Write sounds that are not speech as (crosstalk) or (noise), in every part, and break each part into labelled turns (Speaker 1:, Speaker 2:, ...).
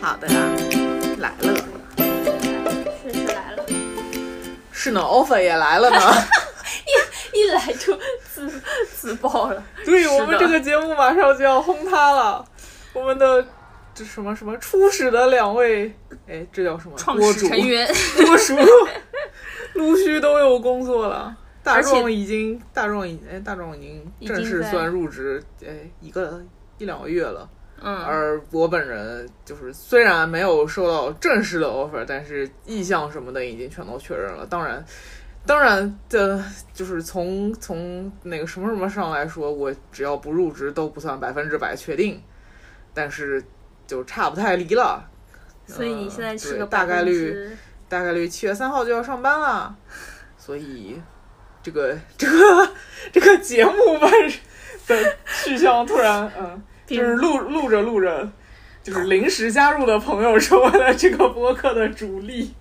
Speaker 1: 好的啊，来了，
Speaker 2: 确实来了，
Speaker 1: 是呢，offer 也来
Speaker 2: (laughs)
Speaker 1: 了呢。
Speaker 2: 一来就自自爆了。
Speaker 1: 对
Speaker 2: 是
Speaker 1: 我们
Speaker 2: 的
Speaker 1: 这个节目马上就要轰塌了，我们的这什么什么初始的两位，哎，这叫什么？
Speaker 2: 创
Speaker 1: 播
Speaker 2: 始
Speaker 1: 主 (laughs)
Speaker 2: 成员，
Speaker 1: 播主陆续都有工作了。大
Speaker 2: 而且
Speaker 1: 壮已经，大壮已哎，大壮已经
Speaker 2: 已
Speaker 1: 正
Speaker 2: 经
Speaker 1: 式
Speaker 2: 在
Speaker 1: 算入职，哎，一个一两个月了。
Speaker 2: 嗯，
Speaker 1: 而我本人就是虽然没有收到正式的 offer，但是意向什么的已经全都确认了。当然，当然的，就是从从那个什么什么上来说，我只要不入职都不算百分之百确定，但是就差不太离了。
Speaker 2: 所以你现在是
Speaker 1: 对
Speaker 2: 个
Speaker 1: 大概率
Speaker 2: 百分之
Speaker 1: 大概率七月三号就要上班了，所以这个这个 (laughs) 这个节目吧的去向突然嗯，
Speaker 2: 并
Speaker 1: 就是录录着录着，就是临时加入的朋友成为了这个播客的主力。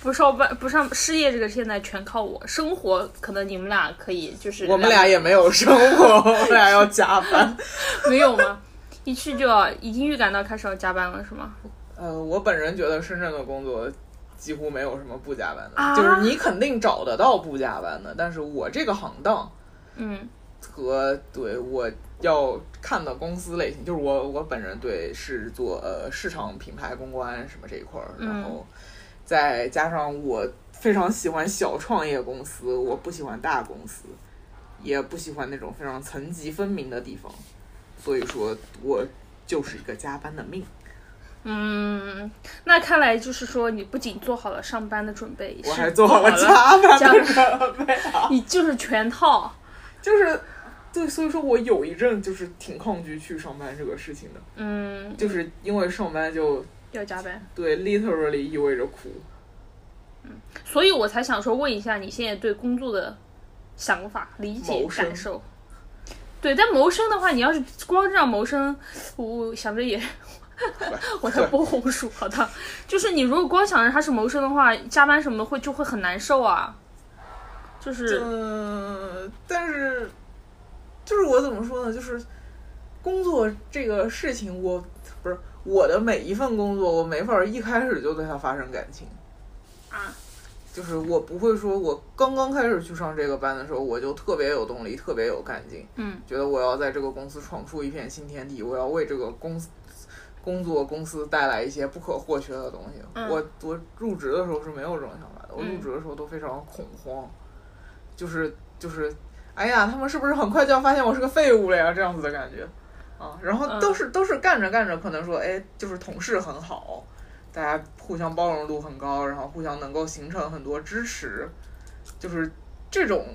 Speaker 2: 不上班不上失业这个现在全靠我，生活可能你们俩可以就是
Speaker 1: 我们俩也没有生 (laughs) 活，我们俩要加班。
Speaker 2: 没有吗？一去就要已经预感到开始要加班了是吗？
Speaker 1: (laughs) 呃，我本人觉得深圳的工作。几乎没有什么不加班的，
Speaker 2: 啊
Speaker 1: 就是你肯定找得到不加班的，但是我这个行当，
Speaker 2: 嗯，
Speaker 1: 和对我要看的公司类型，就是我我本人对是做呃市场品牌公关什么这一块儿，
Speaker 2: 嗯
Speaker 1: 然后再加上我非常喜欢小创业公司，我不喜欢大公司，也不喜欢那种非常层级分明的地方，所以说我就是一个加班的命，
Speaker 2: 嗯，那看来就是说，你不仅做好了上班的准备，
Speaker 1: 我
Speaker 2: 是
Speaker 1: 还做好了
Speaker 2: 做
Speaker 1: 加班
Speaker 2: 加
Speaker 1: 的准备啊，
Speaker 2: 你就是全套。
Speaker 1: 就是对，所以说我有一阵就是挺抗拒去上班这个事情的，
Speaker 2: 嗯，
Speaker 1: 就是因为上班就。
Speaker 2: 要加班，
Speaker 1: 对，literally 意味着苦。
Speaker 2: 所以我才想说问一下你现在对工作的想法、理解
Speaker 1: 谋、生
Speaker 2: 感受。对，但谋生的话，你要是光这样谋生，我我
Speaker 1: (laughs)
Speaker 2: 想着也，我在剥红薯。好的，就是你如果光想着它是谋生的话，加班什么的会就会很难受啊。就是
Speaker 1: 嗯，但是就是我怎么说呢？就是工作这个事情我，不是我的每一份工作，我没法一开始就对它发生感情。
Speaker 2: 啊，
Speaker 1: 就是我不会说，我刚刚开始去上这个班的时候，我就特别有动力，特别有干劲，
Speaker 2: 嗯，
Speaker 1: 觉得我要在这个公司闯出一片新天地，我要为这个公司工作公司带来一些不可或缺的东西。
Speaker 2: 嗯
Speaker 1: 我我入职的时候是没有这种想法的，我
Speaker 2: 嗯
Speaker 1: 入职的时候都非常恐慌，就是就是，哎呀，他们是不是很快就要发现我是个废物了呀？这样子的感觉啊。然后
Speaker 2: 嗯
Speaker 1: 都是、都是干着干着，可能说，哎，就是同事很好，大家互相包容度很高，然后互相能够形成很多支持，就是这种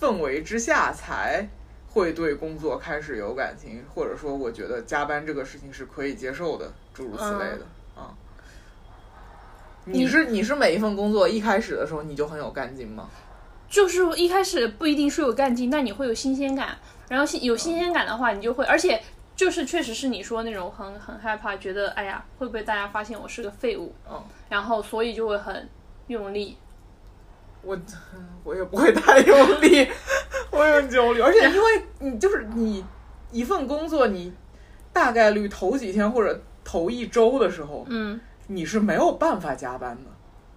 Speaker 1: 氛围之下才。会对工作开始有感情，或者说我觉得加班这个事情是可以接受的，诸如此类的啊。你
Speaker 2: 你
Speaker 1: 是你是每一份工作一开始的时候你就很有干劲吗？
Speaker 2: 就是一开始不一定是有干劲，但你会有新鲜感。然后新有新鲜感的话，你就会，而且就是确实是你说那种很很害怕，觉得哎呀会不会大家发现我是个废物，
Speaker 1: 嗯，
Speaker 2: 然后所以就会很用力。
Speaker 1: 我我也不会太用力，我也很焦虑，而且因为你就是你一份工作，你大概率头几天或者头一周的时候，
Speaker 2: 嗯
Speaker 1: 你是没有办法加班的，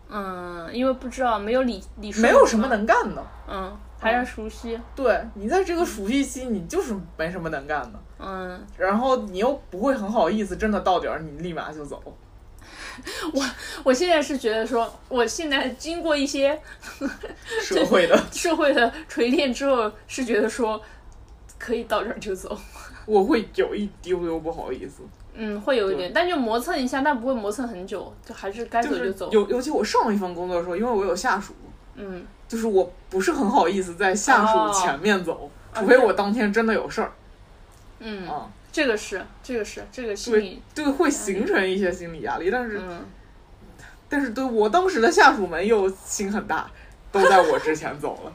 Speaker 2: 嗯，因为不知道没有理理顺，
Speaker 1: 没有什么，能干的。
Speaker 2: 嗯，还要熟悉，
Speaker 1: 对你在这个熟悉期，你就是没什么能干的，
Speaker 2: 嗯，
Speaker 1: 然后你又不会很好意思，真的到点儿你立马就走。
Speaker 2: 我现在是觉得说，我现在经过一些
Speaker 1: 社会的，
Speaker 2: 社会的锤炼之后，是觉得说可以到这儿就走。 (laughs)
Speaker 1: 我会有一丢丢不好意思，
Speaker 2: 嗯，会有一点，但就磨蹭一下，但不会磨蹭很久，就还是该走
Speaker 1: 就是
Speaker 2: 走。
Speaker 1: 尤尤其我上一份工作的时候，因为我有下属，
Speaker 2: 嗯，
Speaker 1: 就是我不是很好意思在下
Speaker 2: 哦
Speaker 1: 属前面走，除非我当天真的有事儿
Speaker 2: 嗯，
Speaker 1: 啊、
Speaker 2: 这个是，这个是，这个心
Speaker 1: 对
Speaker 2: 理，
Speaker 1: 对，会形成一些心理压力，但是、
Speaker 2: 嗯，
Speaker 1: 但是对我当时的下属们又心很
Speaker 2: (laughs)
Speaker 1: 大，都在我之前走了。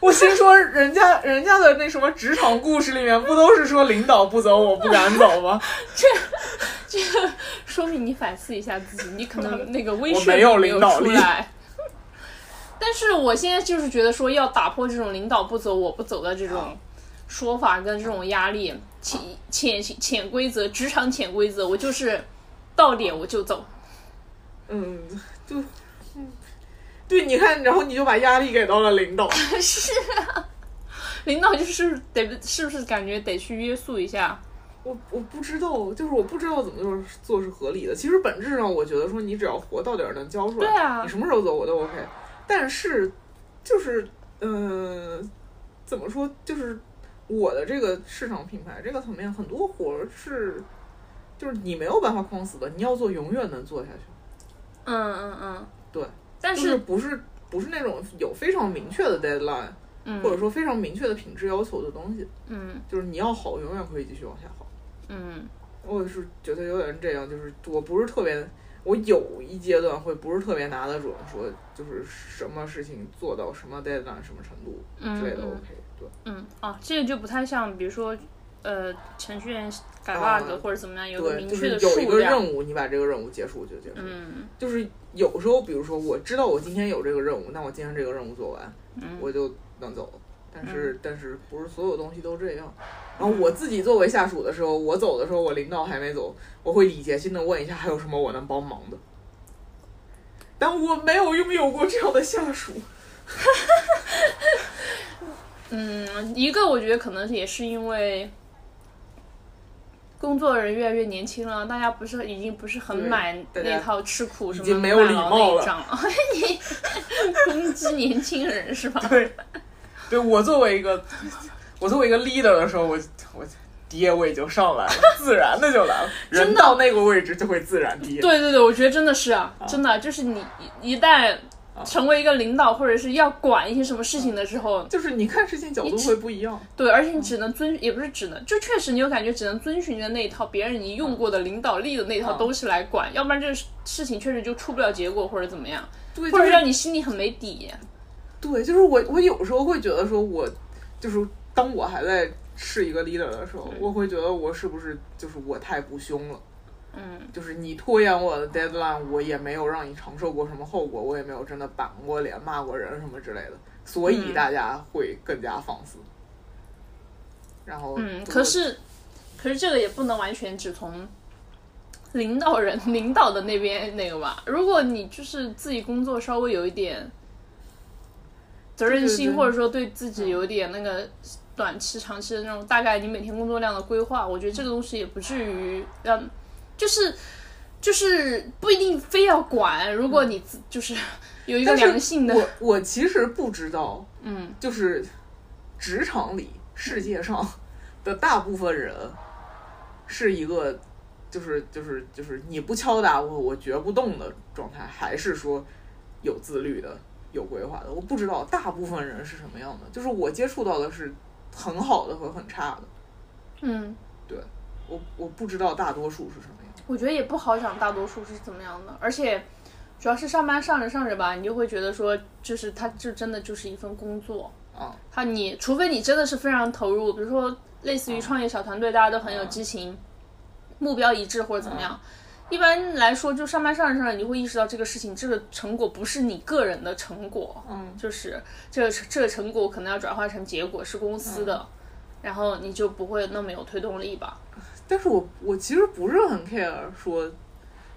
Speaker 1: 我心说，人家人家的那什么职场故事里面，不都是说领导不走，我不敢走
Speaker 2: (laughs)
Speaker 1: 吗？
Speaker 2: 说明你反思一下自己，你可 (laughs) 能那个威
Speaker 1: 我
Speaker 2: 慑
Speaker 1: 没
Speaker 2: 力
Speaker 1: 有
Speaker 2: 没
Speaker 1: 领
Speaker 2: 有
Speaker 1: 导
Speaker 2: 出
Speaker 1: 力
Speaker 2: 来。 (laughs) 但是我现在就是觉得说，要打破这种领导不走我不走的这种说法跟这种压力，潜潜行潜规则，职场潜规则，我就是到点我就走。 (laughs)
Speaker 1: 嗯，就，嗯对，你看，然后你就把压力给到了领导，
Speaker 2: 是啊，领导就是得是不是感觉得去约束一下？
Speaker 1: 我我不知道，就是我不知道怎么就是做是合理的。其实本质上，我觉得说你只要活到点儿能交出来，
Speaker 2: 对啊
Speaker 1: 你什么时候走我都 OK。但是就是嗯、呃怎么说？就是我的这个市场品牌这个层面，很多活儿是就是你没有办法框死的，你要做永远能做下去，
Speaker 2: 嗯嗯嗯，
Speaker 1: 对。
Speaker 2: 但
Speaker 1: 就是不是不是那种有非常明确的 deadline，、
Speaker 2: 嗯
Speaker 1: 或者说非常明确的品质要求的东西，
Speaker 2: 嗯
Speaker 1: 就是你要好，永远可以继续往下好。
Speaker 2: 嗯
Speaker 1: 我是觉得有点这样，就是我不是特别，我有一阶段会不是特别拿得准，说就是什么事情做到什么 deadline 什么程度之类的
Speaker 2: 嗯
Speaker 1: OK，对，
Speaker 2: 嗯哦，这个就不太像，比如说呃，程序员改 bug、
Speaker 1: 啊
Speaker 2: 或者怎么样，有个
Speaker 1: 对，
Speaker 2: 明
Speaker 1: 就
Speaker 2: 确
Speaker 1: 是
Speaker 2: 的
Speaker 1: 有一
Speaker 2: 数
Speaker 1: 个
Speaker 2: 量。
Speaker 1: 任务，你把这个任务结束就结束。
Speaker 2: 嗯
Speaker 1: 就是有时候，比如说我知道我今天有这个任务，那我今天这个任务做完，
Speaker 2: 嗯
Speaker 1: 我就能走了。但是、但是不是所有东西都这样。然后
Speaker 2: 嗯
Speaker 1: 我自己作为下属的时候，我走的时候，我领导还没走，我会礼节性的问一下还有什么我能帮忙的。但我没有拥有过这样的下属，
Speaker 2: 嗯，一个我觉得可能也是因为工作人越来越年轻了，大家不是已经不是很
Speaker 1: 对
Speaker 2: 买
Speaker 1: 大家
Speaker 2: 那套吃苦什么
Speaker 1: 已经没有礼
Speaker 2: 卖老
Speaker 1: 貌
Speaker 2: 那
Speaker 1: 了
Speaker 2: 一张了。 (laughs) 你攻击年轻人是吧？
Speaker 1: 对，对我作为一个 (laughs) 我作为一个 leader 的时候，我我爹我已经上来了，自然的就来
Speaker 2: (laughs)
Speaker 1: 了，人到那个位置就会自然跌。
Speaker 2: (laughs) 对对对，我觉得真的是啊，真的就是你一一旦
Speaker 1: 啊
Speaker 2: 成为一个领导，或者是要管一些什么事情的时候，
Speaker 1: 就是你看事情角度会不一样，
Speaker 2: 对，而且你只能遵，也不是只能，就确实你有感觉只能遵循着那一套别人你用过的领导力的那一套
Speaker 1: 嗯
Speaker 2: 东西来管，要不然这个事情确实就出不了结果或者怎么样，
Speaker 1: 对，就
Speaker 2: 或者
Speaker 1: 是
Speaker 2: 让你心里很没底。
Speaker 1: 对，就是我，我有时候会觉得说我，就是当我还在是一个 leader 的时候，我会觉得我是不是就是我太不凶了？
Speaker 2: 嗯
Speaker 1: 就是你拖延我的 deadline，我也没有让你承受过什么后果，我也没有真的板过脸、骂过人什么之类的，所以
Speaker 2: 嗯
Speaker 1: 大家会更加放肆。然后，
Speaker 2: 嗯，可是可是这个也不能完全只从领导人 (laughs) 领导的那边那个吧，如果你就是自己工作稍微有一点责任
Speaker 1: 对对
Speaker 2: 心，
Speaker 1: 对嗯
Speaker 2: 或者说对自己有一点那个。短期、长期的那种大概你每天工作量的规划，我觉得这个东西也不至于让，就是就是不一定非要管。如果你自就是有一个
Speaker 1: 嗯但是
Speaker 2: 良性的，
Speaker 1: 我我其实不知道，
Speaker 2: (laughs) 嗯
Speaker 1: 就是职场里世界上的大部分人是一个就是就是就是你不敲打我，我绝不动的状态，还是说有自律的、有规划的？我不知道大部分人是什么样的，就是我接触到的是很好的和很差的，
Speaker 2: 嗯，
Speaker 1: 我我不知道大多数是什么样。
Speaker 2: 我觉得也不好讲大多数是怎么样的，而且主要是上班上着上着吧，你就会觉得说，就是它就真的就是一份工作，
Speaker 1: 啊，
Speaker 2: 它你除非你真的是非常投入，比如说类似于创业小团队，大家都很有激情，目标一致或者怎么样。一般来说，就上班上着上着，你会意识到这个事情，这个成果不是你个人的成果，
Speaker 1: 嗯，
Speaker 2: 就是这个这个成果可能要转化成结果是公司的，然后你就不会那么有推动力吧？
Speaker 1: 但是我我其实不是很 care 说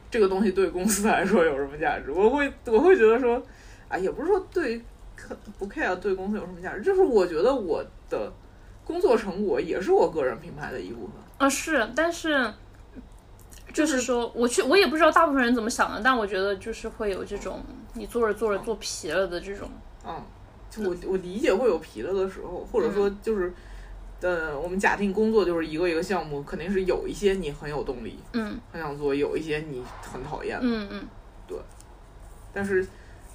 Speaker 1: 这个东西对公司来说有什么价值，我会我会觉得说，啊，也不是说对可不 care 对公司有什么价值，就是我觉得我的工作成果也是我个人品牌的一部分。
Speaker 2: 啊，是，但是就是说，我去，我也不知道大部分人怎么想的，但我觉得就是会有这种你做着做着做疲了的这种，
Speaker 1: 嗯，就我我理解会有疲了的时候，或者说就是，呃，我们假定工作就是一个一个项目，肯定是有一些你很有动力，
Speaker 2: 嗯
Speaker 1: 很想做，有一些你很讨厌，
Speaker 2: 嗯嗯
Speaker 1: 但是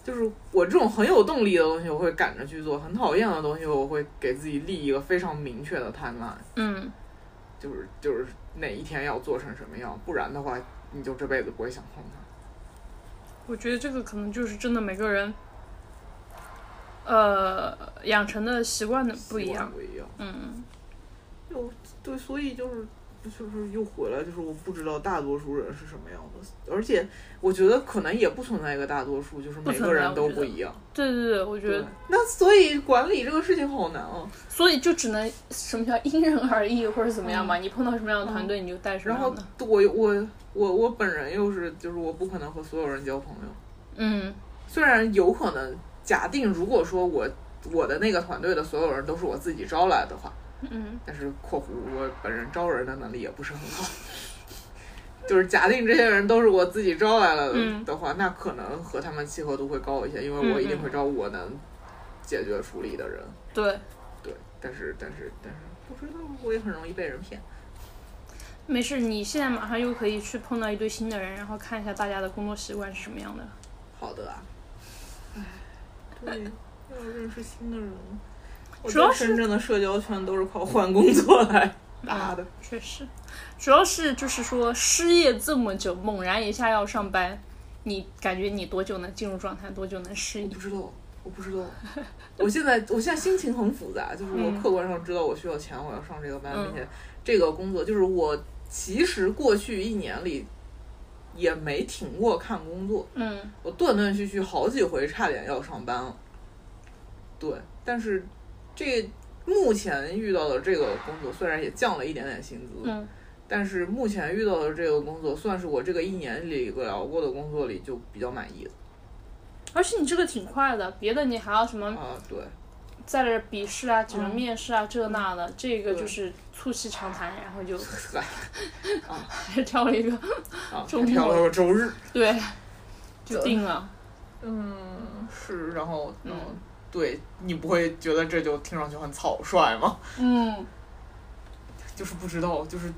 Speaker 1: 就是我这种很有动力的东西，我会赶着去做；很讨厌的东西，我会给自己立一个非常明确的 timeline，
Speaker 2: 嗯，
Speaker 1: 就是就是哪一天要做成什么样，不然的话，你就这辈子不会想碰它。
Speaker 2: 我觉得这个可能就是真的每个人，呃，嗯养成的习惯的不一
Speaker 1: 习惯
Speaker 2: 样，
Speaker 1: 不一样。
Speaker 2: 嗯
Speaker 1: 就对，所以就是就是又回来，就是我不知道大多数人是什么样的，而且我觉得可能也不存在一个大多数，就是每个人都不一样。
Speaker 2: 对对对，我觉得
Speaker 1: 那所以管理这个事情好难啊。
Speaker 2: 所以就只能什么叫 (laughs) 因人而异或者怎么样嘛，你碰到什么样的团队你就带什么
Speaker 1: 然
Speaker 2: 样
Speaker 1: 后
Speaker 2: 的。
Speaker 1: 我我我我本人又是就是我不可能和所有人交朋友，
Speaker 2: 嗯
Speaker 1: 虽然有可能假定如果说我我的那个团队的所有人都是我自己招来的话，
Speaker 2: 嗯，
Speaker 1: 但是（ (laughs) 括弧）我本人招人的能力也不是很好，就是假定这些人都是我自己招来了
Speaker 2: 嗯
Speaker 1: 的话，那可能和他们契合度会高一些，因为我一
Speaker 2: 嗯
Speaker 1: 定会招我能解决处理的人。
Speaker 2: 对，
Speaker 1: 对，但是但是但是不知道，我也很容易被人骗。
Speaker 2: 没事，你现在马上又可以去碰到一堆新的人，然后看一下大家的工作习惯是什么样的。
Speaker 1: 好的啊，唉， (laughs) 对，要认识新的人。我
Speaker 2: 主要
Speaker 1: 在
Speaker 2: 是
Speaker 1: 深圳的社交圈都是靠换工作来搭的。
Speaker 2: 确实，主要是就是说失业这么久，猛然一下要上班，你感觉你多久能进入状态，多久能适
Speaker 1: 我
Speaker 2: 应？
Speaker 1: 不知道，我不知道。我现在我现在心情很复杂，就是我
Speaker 2: 嗯
Speaker 1: 客观上知道我需要钱，我要上这个班，
Speaker 2: 嗯
Speaker 1: 并且这个工作就是我其实过去一年里也没停过看工作，
Speaker 2: 嗯
Speaker 1: 我断断续续好几回差点要上班了。对，但是这目前遇到的这个工作虽然也降了一点点薪资，
Speaker 2: 嗯
Speaker 1: 但是目前遇到的这个工作算是我这个一年里聊过的工作里就比较满意的
Speaker 2: 而且你这个挺快的，别的你还要什么
Speaker 1: 啊。对，
Speaker 2: 在这儿笔试啊，什么面试啊，这那的，这
Speaker 1: 嗯
Speaker 2: 个
Speaker 1: 对
Speaker 2: 就是促膝长谈，然后就
Speaker 1: 来
Speaker 2: 还是挑了
Speaker 1: (laughs)
Speaker 2: 一个，
Speaker 1: 啊，
Speaker 2: 周末
Speaker 1: 挑了个周日。
Speaker 2: 对，就定了。
Speaker 1: 嗯，是，然后
Speaker 2: 嗯
Speaker 1: 嗯，对你不会觉得这就听上去很草率吗？
Speaker 2: 嗯，
Speaker 1: 就是不知道，就是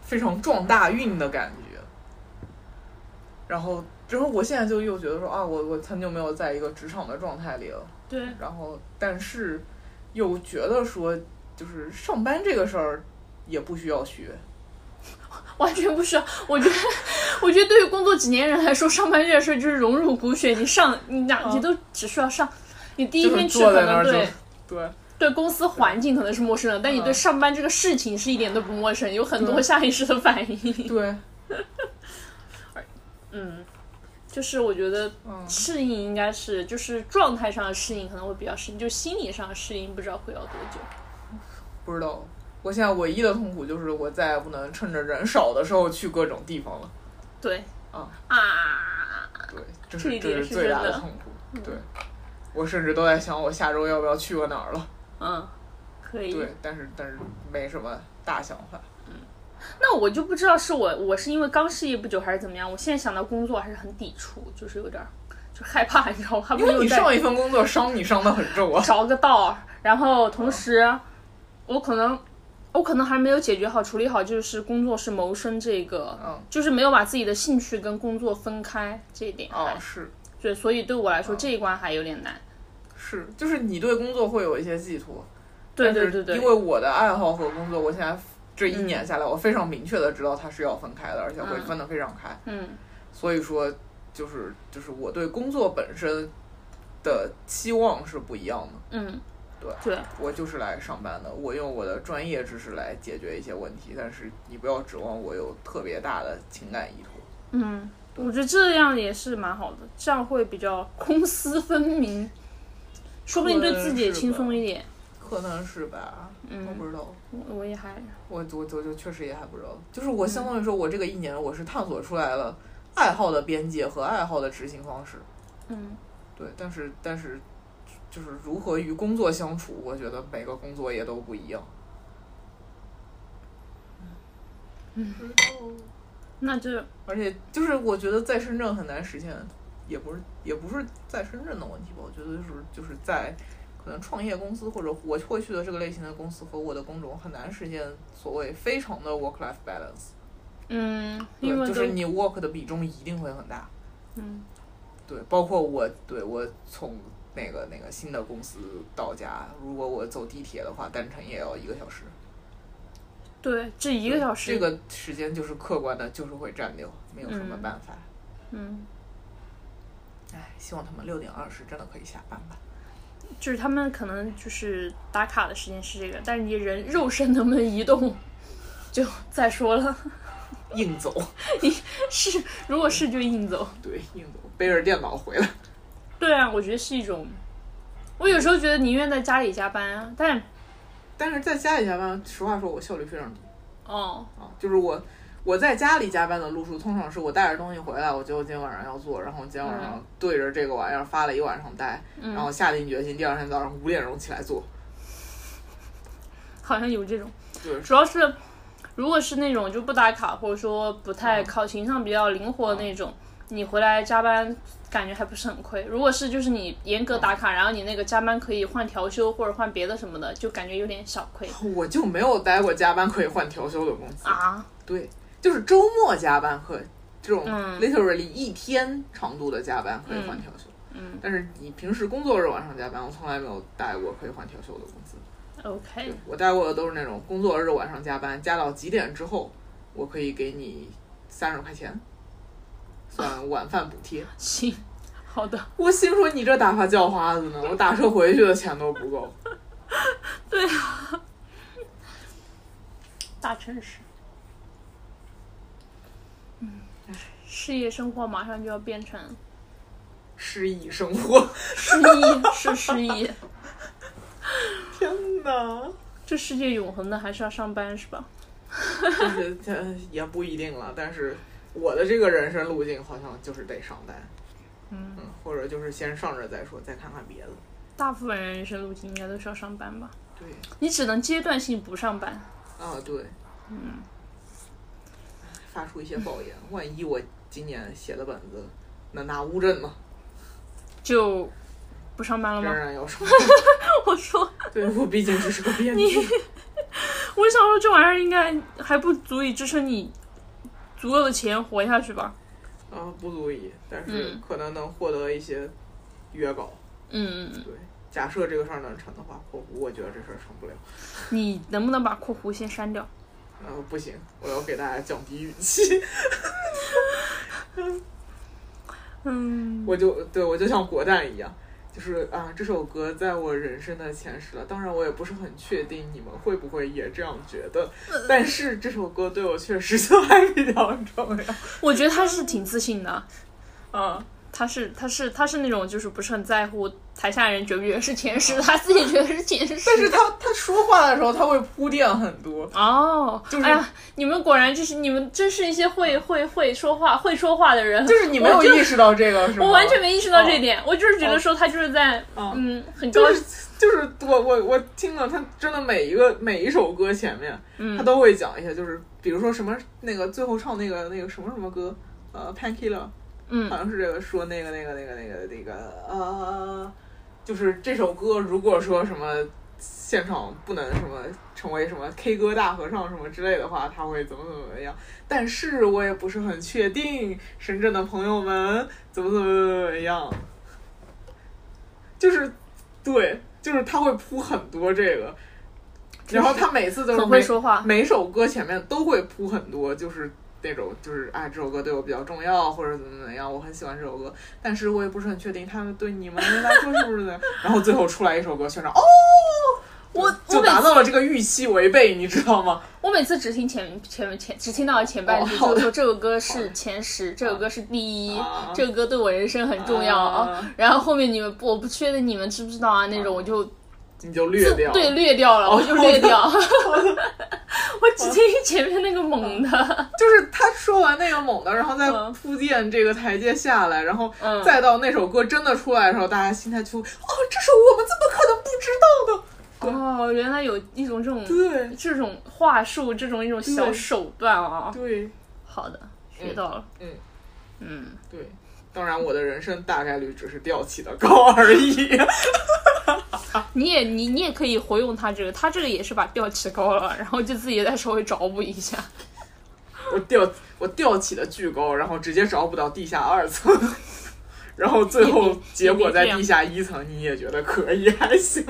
Speaker 1: 非常撞大运的感觉。然后，然后我现在就又觉得说啊，我我很久没有在一个职场的状态里了。
Speaker 2: 对，
Speaker 1: 然后，但是又觉得说，就是上班这个事儿也不需要学。
Speaker 2: 完全不需要。我觉得，我觉得对于工作几年人来说，上班这件事就是荣辱股血。你上，你哪，
Speaker 1: 嗯
Speaker 2: 你都只需要上。你第一
Speaker 1: 就是
Speaker 2: 天去
Speaker 1: 坐
Speaker 2: 可
Speaker 1: 在那
Speaker 2: 能
Speaker 1: 儿就
Speaker 2: 对
Speaker 1: 对，
Speaker 2: 对公司环境可能是陌生的，但你对
Speaker 1: 嗯
Speaker 2: 上班这个事情是一点都不陌生，有很多
Speaker 1: 对
Speaker 2: 下意识的反应。
Speaker 1: 对，
Speaker 2: (laughs) 嗯，就是我觉得
Speaker 1: 嗯，
Speaker 2: 适应应该是就是状态上的适应可能会比较适应，就心理上的适应不知道会要多久。
Speaker 1: 不知道。我现在唯一的痛苦就是我再也不能趁着人少的时候去各种地方了。
Speaker 2: 对，
Speaker 1: 啊
Speaker 2: 啊，
Speaker 1: 对，这
Speaker 2: 这
Speaker 1: 是
Speaker 2: 一点
Speaker 1: 这
Speaker 2: 是
Speaker 1: 是最大
Speaker 2: 真的嗯
Speaker 1: 的痛苦。对，我甚至都在想我下周要不要去过哪儿了。
Speaker 2: 嗯，可以。
Speaker 1: 对，但是但是没什么大想法。
Speaker 2: 那我就不知道是我我是因为刚失业不久还是怎么样，我现在想到工作还是很抵触，就是有点儿就害怕，你知道吗？还不
Speaker 1: 因
Speaker 2: 如
Speaker 1: 为你
Speaker 2: 再
Speaker 1: 上一份工作伤你伤的很重啊。
Speaker 2: 找个道儿，然后同时我可能我可能还没有解决好处理好，就是工作是谋生这个，
Speaker 1: 嗯，
Speaker 2: 就是没有把自己的兴趣跟工作分开这一点还，
Speaker 1: 哦，嗯是
Speaker 2: 对，所以对我来说这一关还有点难。
Speaker 1: 是，就是你对工作会有一些寄托。
Speaker 2: 对
Speaker 1: 但
Speaker 2: 对
Speaker 1: 是
Speaker 2: 对对，
Speaker 1: 因为我的爱好和工作，我现在这一年下来，我非常明确的知道它是要分开的，而且会
Speaker 2: 嗯
Speaker 1: 分得非常开。
Speaker 2: 嗯
Speaker 1: 所以说，就是就是我对工作本身的期望是不一样的。
Speaker 2: 嗯，
Speaker 1: 对
Speaker 2: 对，
Speaker 1: 我就是来上班的，我用我的专业知识来解决一些问题，但是你不要指望我有特别大的情感依托。
Speaker 2: 嗯，我觉得这样也是蛮好的，这样会比较 (laughs) 公私分明，说不定对自己也轻松一点。
Speaker 1: 可能是吧，我
Speaker 2: 嗯，
Speaker 1: 不知道，
Speaker 2: 我我也还
Speaker 1: 我我我就确实也还不知道。就是我相当于说，我这个一年我是探索出来了爱好的边界和爱好的执行方式，
Speaker 2: 嗯，
Speaker 1: 对，但是但是就是如何与工作相处，我觉得每个工作也都不一样。嗯，
Speaker 2: 那就
Speaker 1: 而且就是我觉得在深圳很难实现，也不是也不是在深圳的问题吧，我觉得就是就是在可能创业公司或者我会去的这个类型的公司和我的工种很难实现所谓非常的 work life balance，
Speaker 2: 嗯，
Speaker 1: 对
Speaker 2: 因为
Speaker 1: 就
Speaker 2: 都、
Speaker 1: 是你 work 的比重一定会很大，
Speaker 2: 嗯
Speaker 1: 对，包括我对我从那个那个新的公司到家，如果我走地铁的话，单程也要一个小时，
Speaker 2: 对，这一个小时
Speaker 1: 这个时间就是客观的，就是会占掉，没有什么
Speaker 2: 嗯
Speaker 1: 办法。
Speaker 2: 嗯，
Speaker 1: 唉，希望他们六点二十真的可以下班吧。
Speaker 2: 就是他们可能就是打卡的时间是这个，但是你人肉身能不能移动？就再说了， (laughs)
Speaker 1: 硬走，
Speaker 2: 是如果是就硬走。
Speaker 1: (laughs) 对，硬走，背着电脑回来。 (laughs)
Speaker 2: 对啊，我觉得是一种。我有时候觉得宁愿在家里加班啊，但
Speaker 1: 但是在家里加班，实话说，我效率非常低
Speaker 2: 哦，
Speaker 1: 啊。就是我我在家里加班的路数，通常是我带着东西回来，我觉得我今天晚上要做，然后我今天晚
Speaker 2: 嗯
Speaker 1: 上对着这个玩意儿发了一晚上呆，然后下定决心，第二天早上五点钟起来做。 (laughs)
Speaker 2: 好像有这种
Speaker 1: 对，
Speaker 2: 主要是如果是那种就不打卡或者说不太考勤上比较灵活的那种，你回来加班感觉还不是很亏。如果是就是你严格打卡，然后你那个加班可以换调休或者换别的什么的，就感觉有点小亏
Speaker 1: 我就没有待过加班可以换调休的公司，
Speaker 2: 啊。
Speaker 1: 对，就是周末加班可以这种 literally 一天长度的加班可以换调休，
Speaker 2: 嗯嗯，
Speaker 1: 但是你平时工作日晚上加班，我从来没有待过可以换调休的公司。
Speaker 2: OK，
Speaker 1: 我待过的都是那种工作日晚上加班，加到几点之后，我可以给你三十块钱，算晚饭补贴。
Speaker 2: 行，好的。
Speaker 1: 我心说你这打发叫花子呢，我打车回去的钱都不够。
Speaker 2: 大城市，嗯，事业生活马上就要变成
Speaker 1: 失忆生活， (laughs)
Speaker 2: 失忆，是失忆。
Speaker 1: 天哪！
Speaker 2: (laughs) 这世界永恒的还是要上班是吧？
Speaker 1: 就是呃也不一定了，但是我的这个人生路径好像就是得上班，
Speaker 2: 嗯，
Speaker 1: 嗯，或者就是先上着再说，再看看别的。
Speaker 2: 大部分人人生路径应该都是要上班吧？
Speaker 1: 对，
Speaker 2: 你只能阶段性不上班。
Speaker 1: 啊对，
Speaker 2: 嗯，
Speaker 1: 发出一些抱怨，万一我今年写的本子能拿乌镇呢？
Speaker 2: 就不上班了
Speaker 1: 仍
Speaker 2: 吗？
Speaker 1: 然要说，
Speaker 2: 我说，
Speaker 1: (laughs) 对我毕竟只是个编辑，
Speaker 2: 我想说这玩意儿应该还不足以支撑你足够的钱活下去吧？
Speaker 1: 啊，不足以，但是
Speaker 2: 嗯
Speaker 1: 可能能获得一些约稿。
Speaker 2: 嗯，嗯嗯
Speaker 1: 对，假设这个事儿能成的话，我我觉得这事儿成不了。
Speaker 2: 你能不能把括弧先删掉？
Speaker 1: 呃，不行，我要给大家降低语气。
Speaker 2: 嗯，
Speaker 1: 我就对我就像国蛋一样，就是啊，这首歌在我人生的前十了。当然，我也不是很确定你们会不会也这样觉得，
Speaker 2: 嗯
Speaker 1: 但是这首歌对我确实就还比较重要。
Speaker 2: 我觉得他是挺自信的，
Speaker 1: 啊，
Speaker 2: 他是他是他是那种就是不是很在乎台下人觉不觉得是前十，他自己觉得是前十。
Speaker 1: 但是他他说话的时候，他会铺垫很多。
Speaker 2: 哦，
Speaker 1: 就是
Speaker 2: 哎呀，你们果然就是你们真是一些会会会说话会说话的人，
Speaker 1: 就是你没有意识到这个，是吗？
Speaker 2: 我完全没意识到这一点，我就是觉得说他就是在、
Speaker 1: 哦
Speaker 2: 嗯很高
Speaker 1: 就是就是我我我听了他真的每一个每一首歌前面，
Speaker 2: 嗯
Speaker 1: 他都会讲一下，就是比如说什么那个最后唱那个那个什么什么歌，呃，Painkiller，
Speaker 2: 嗯
Speaker 1: 好像是这个说那个那个那个那个那个呃，就是这首歌如果说什么现场不能什么成为什么 K 歌大合唱什么之类的话，他会怎么怎么样？但是我也不是很确定，深圳的朋友们怎么怎么怎么样，就是对，就是他会铺很多这个。然后他每次都是
Speaker 2: 很会
Speaker 1: 每
Speaker 2: 说话
Speaker 1: 每首歌前面都会铺很多，就是那种就是哎，这首歌对我比较重要，或者怎么怎么样，我很喜欢这首歌，但是我也不是很确定他们对你们来说是不是呢？然后最后出来一首歌宣传，哦，
Speaker 2: 我我
Speaker 1: 就
Speaker 2: 每
Speaker 1: 达
Speaker 2: 次
Speaker 1: 到了这个预期违背，你知道吗？ (laughs)
Speaker 2: 我每次只听前前前只听到前半句，
Speaker 1: 哦好
Speaker 2: 就
Speaker 1: 的哦
Speaker 2: 是说这首歌是前十，这首歌是第一
Speaker 1: 啊，
Speaker 2: 这首歌对我人生很重要
Speaker 1: 啊
Speaker 2: 啊。然后后面你们不我不确定你们知不知道啊
Speaker 1: 哦
Speaker 2: 那种，我就
Speaker 1: 你就略掉了，
Speaker 2: 对略掉了，
Speaker 1: 哦
Speaker 2: 我就略掉。 (laughs) 我只听前面那个猛的，
Speaker 1: 就是他说完那个猛的，然后再
Speaker 2: 嗯
Speaker 1: 铺垫这个台阶下来，然后
Speaker 2: 嗯
Speaker 1: 再到那首歌真的出来的时候，大家心态就哦，这首我们怎么可能不知道呢？
Speaker 2: 哦，原来有一种这种
Speaker 1: 对
Speaker 2: 这种话术，这种一种小
Speaker 1: 对
Speaker 2: 手段啊。
Speaker 1: 对
Speaker 2: 好的，学到了。
Speaker 1: 嗯
Speaker 2: 嗯，
Speaker 1: 对，当然我的人生大概率只是吊起的
Speaker 2: (laughs)
Speaker 1: 高而已。
Speaker 2: 你也你你也可以活用他这个，他这个也是把调起高了，然后就自己再稍微找补一下。
Speaker 1: 我吊我吊起的巨高，然后直接找不到地下二层， (laughs) 然后最后结果在地下一层，你也觉得可以还行。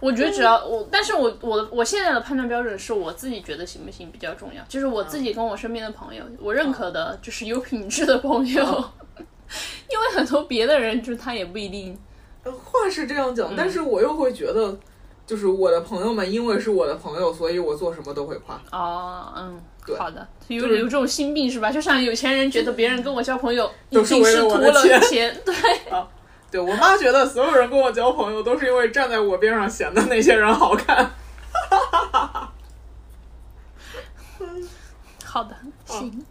Speaker 2: 我觉得只要我，但是我我的我现在的判断标准是我自己觉得行不行比较重要，就是我自己跟我身边的朋友，我认可的就是有品质的朋友，嗯 (laughs) 因为很多别的人就是他也不一定，
Speaker 1: 嗯呃话是这样讲，但是我又会觉得，
Speaker 3: 就是我的朋友们，因为是我的朋友，所以我做什么都会夸。
Speaker 2: 哦，嗯，
Speaker 3: 对
Speaker 2: 好的，有
Speaker 3: 就是
Speaker 2: 有这种心病是吧？就像有钱人觉得别人跟我交朋友一
Speaker 3: 都是
Speaker 2: 定
Speaker 3: 为
Speaker 2: 是
Speaker 3: 了
Speaker 2: 图
Speaker 3: 我的钱
Speaker 2: 钱， (laughs) 对，
Speaker 3: 对我妈觉得所有人跟我交朋友都是因为站在我边上显得那些人好
Speaker 2: (laughs)
Speaker 3: 看。
Speaker 2: 好的，行，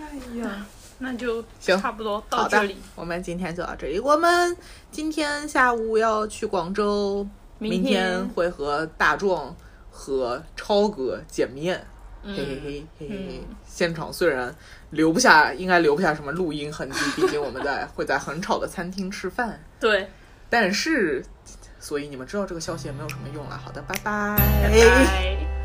Speaker 3: 哎呀，
Speaker 2: 那就
Speaker 1: 行
Speaker 2: 差不多
Speaker 1: 好
Speaker 2: 到
Speaker 1: 的
Speaker 2: 这里，
Speaker 1: 我们今天就到这里。我们今天下午要去广州，明
Speaker 2: 天
Speaker 1: 会和大壮和超哥见面。嘿嘿
Speaker 2: 嗯，
Speaker 1: 嘿嘿嘿嘿！现场虽然留不下，应该留不下什么录音痕迹，毕竟我们在会在很吵的餐厅吃饭。
Speaker 2: 对，哎
Speaker 1: 但是，所以你们知道这个消息也没有什么用了。好的，拜拜
Speaker 2: 拜拜。